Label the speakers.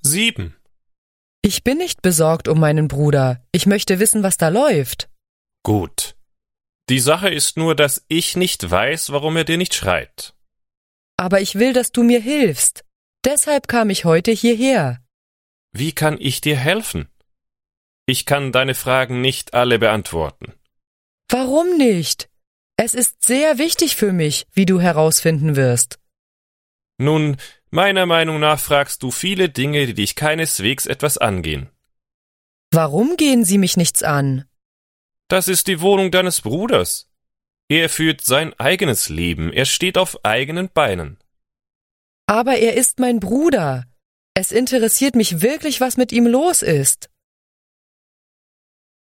Speaker 1: sieben.
Speaker 2: Ich bin nicht besorgt um meinen Bruder. Ich möchte wissen, was da läuft.
Speaker 1: Gut. Die Sache ist nur, dass ich nicht weiß, warum er dir nicht schreibt.
Speaker 2: Aber ich will, dass du mir hilfst. Deshalb kam ich heute hierher.
Speaker 1: Wie kann ich dir helfen? Ich kann deine Fragen nicht alle beantworten.
Speaker 2: Warum nicht? Es ist sehr wichtig für mich, wie du herausfinden wirst.
Speaker 1: Nun, meiner Meinung nach fragst du viele Dinge, die dich keineswegs etwas angehen.
Speaker 2: Warum gehen sie mich nichts an?
Speaker 1: Das ist die Wohnung deines Bruders. Er führt sein eigenes Leben, er steht auf eigenen Beinen.
Speaker 2: Aber er ist mein Bruder. Es interessiert mich wirklich, was mit ihm los ist.